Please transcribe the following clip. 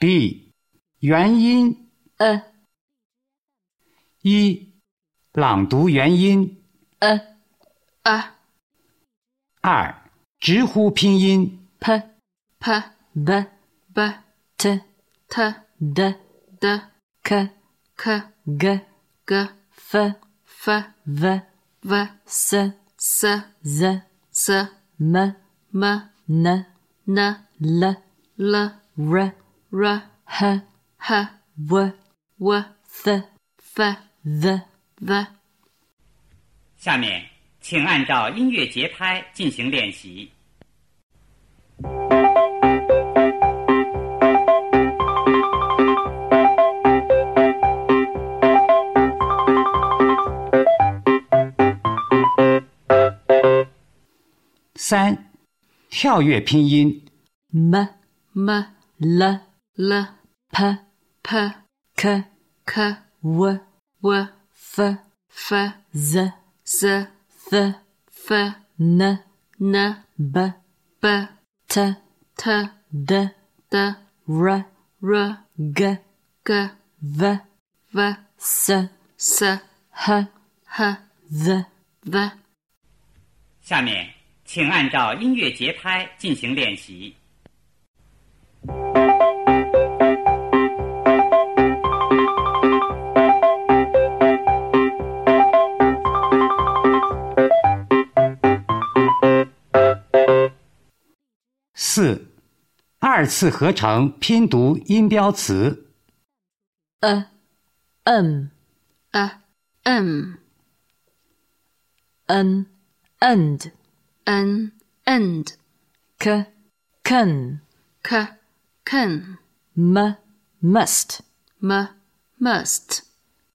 B 元音呃一，朗读元音呃啊二，直呼拼音 p p b b t t d d k k g g f f v v s s z s m m n n l l r r h h w w th th th th 下面，请按照音乐节拍进行练习。三，跳跃拼音 m m l l p p k k w w f f z z th th n n b b t t d d r r g g v v s s h h z z 下面，请按照音乐节拍进行练习。四，二次合成拼读音标词 a m a m an and an and k can k can m must m must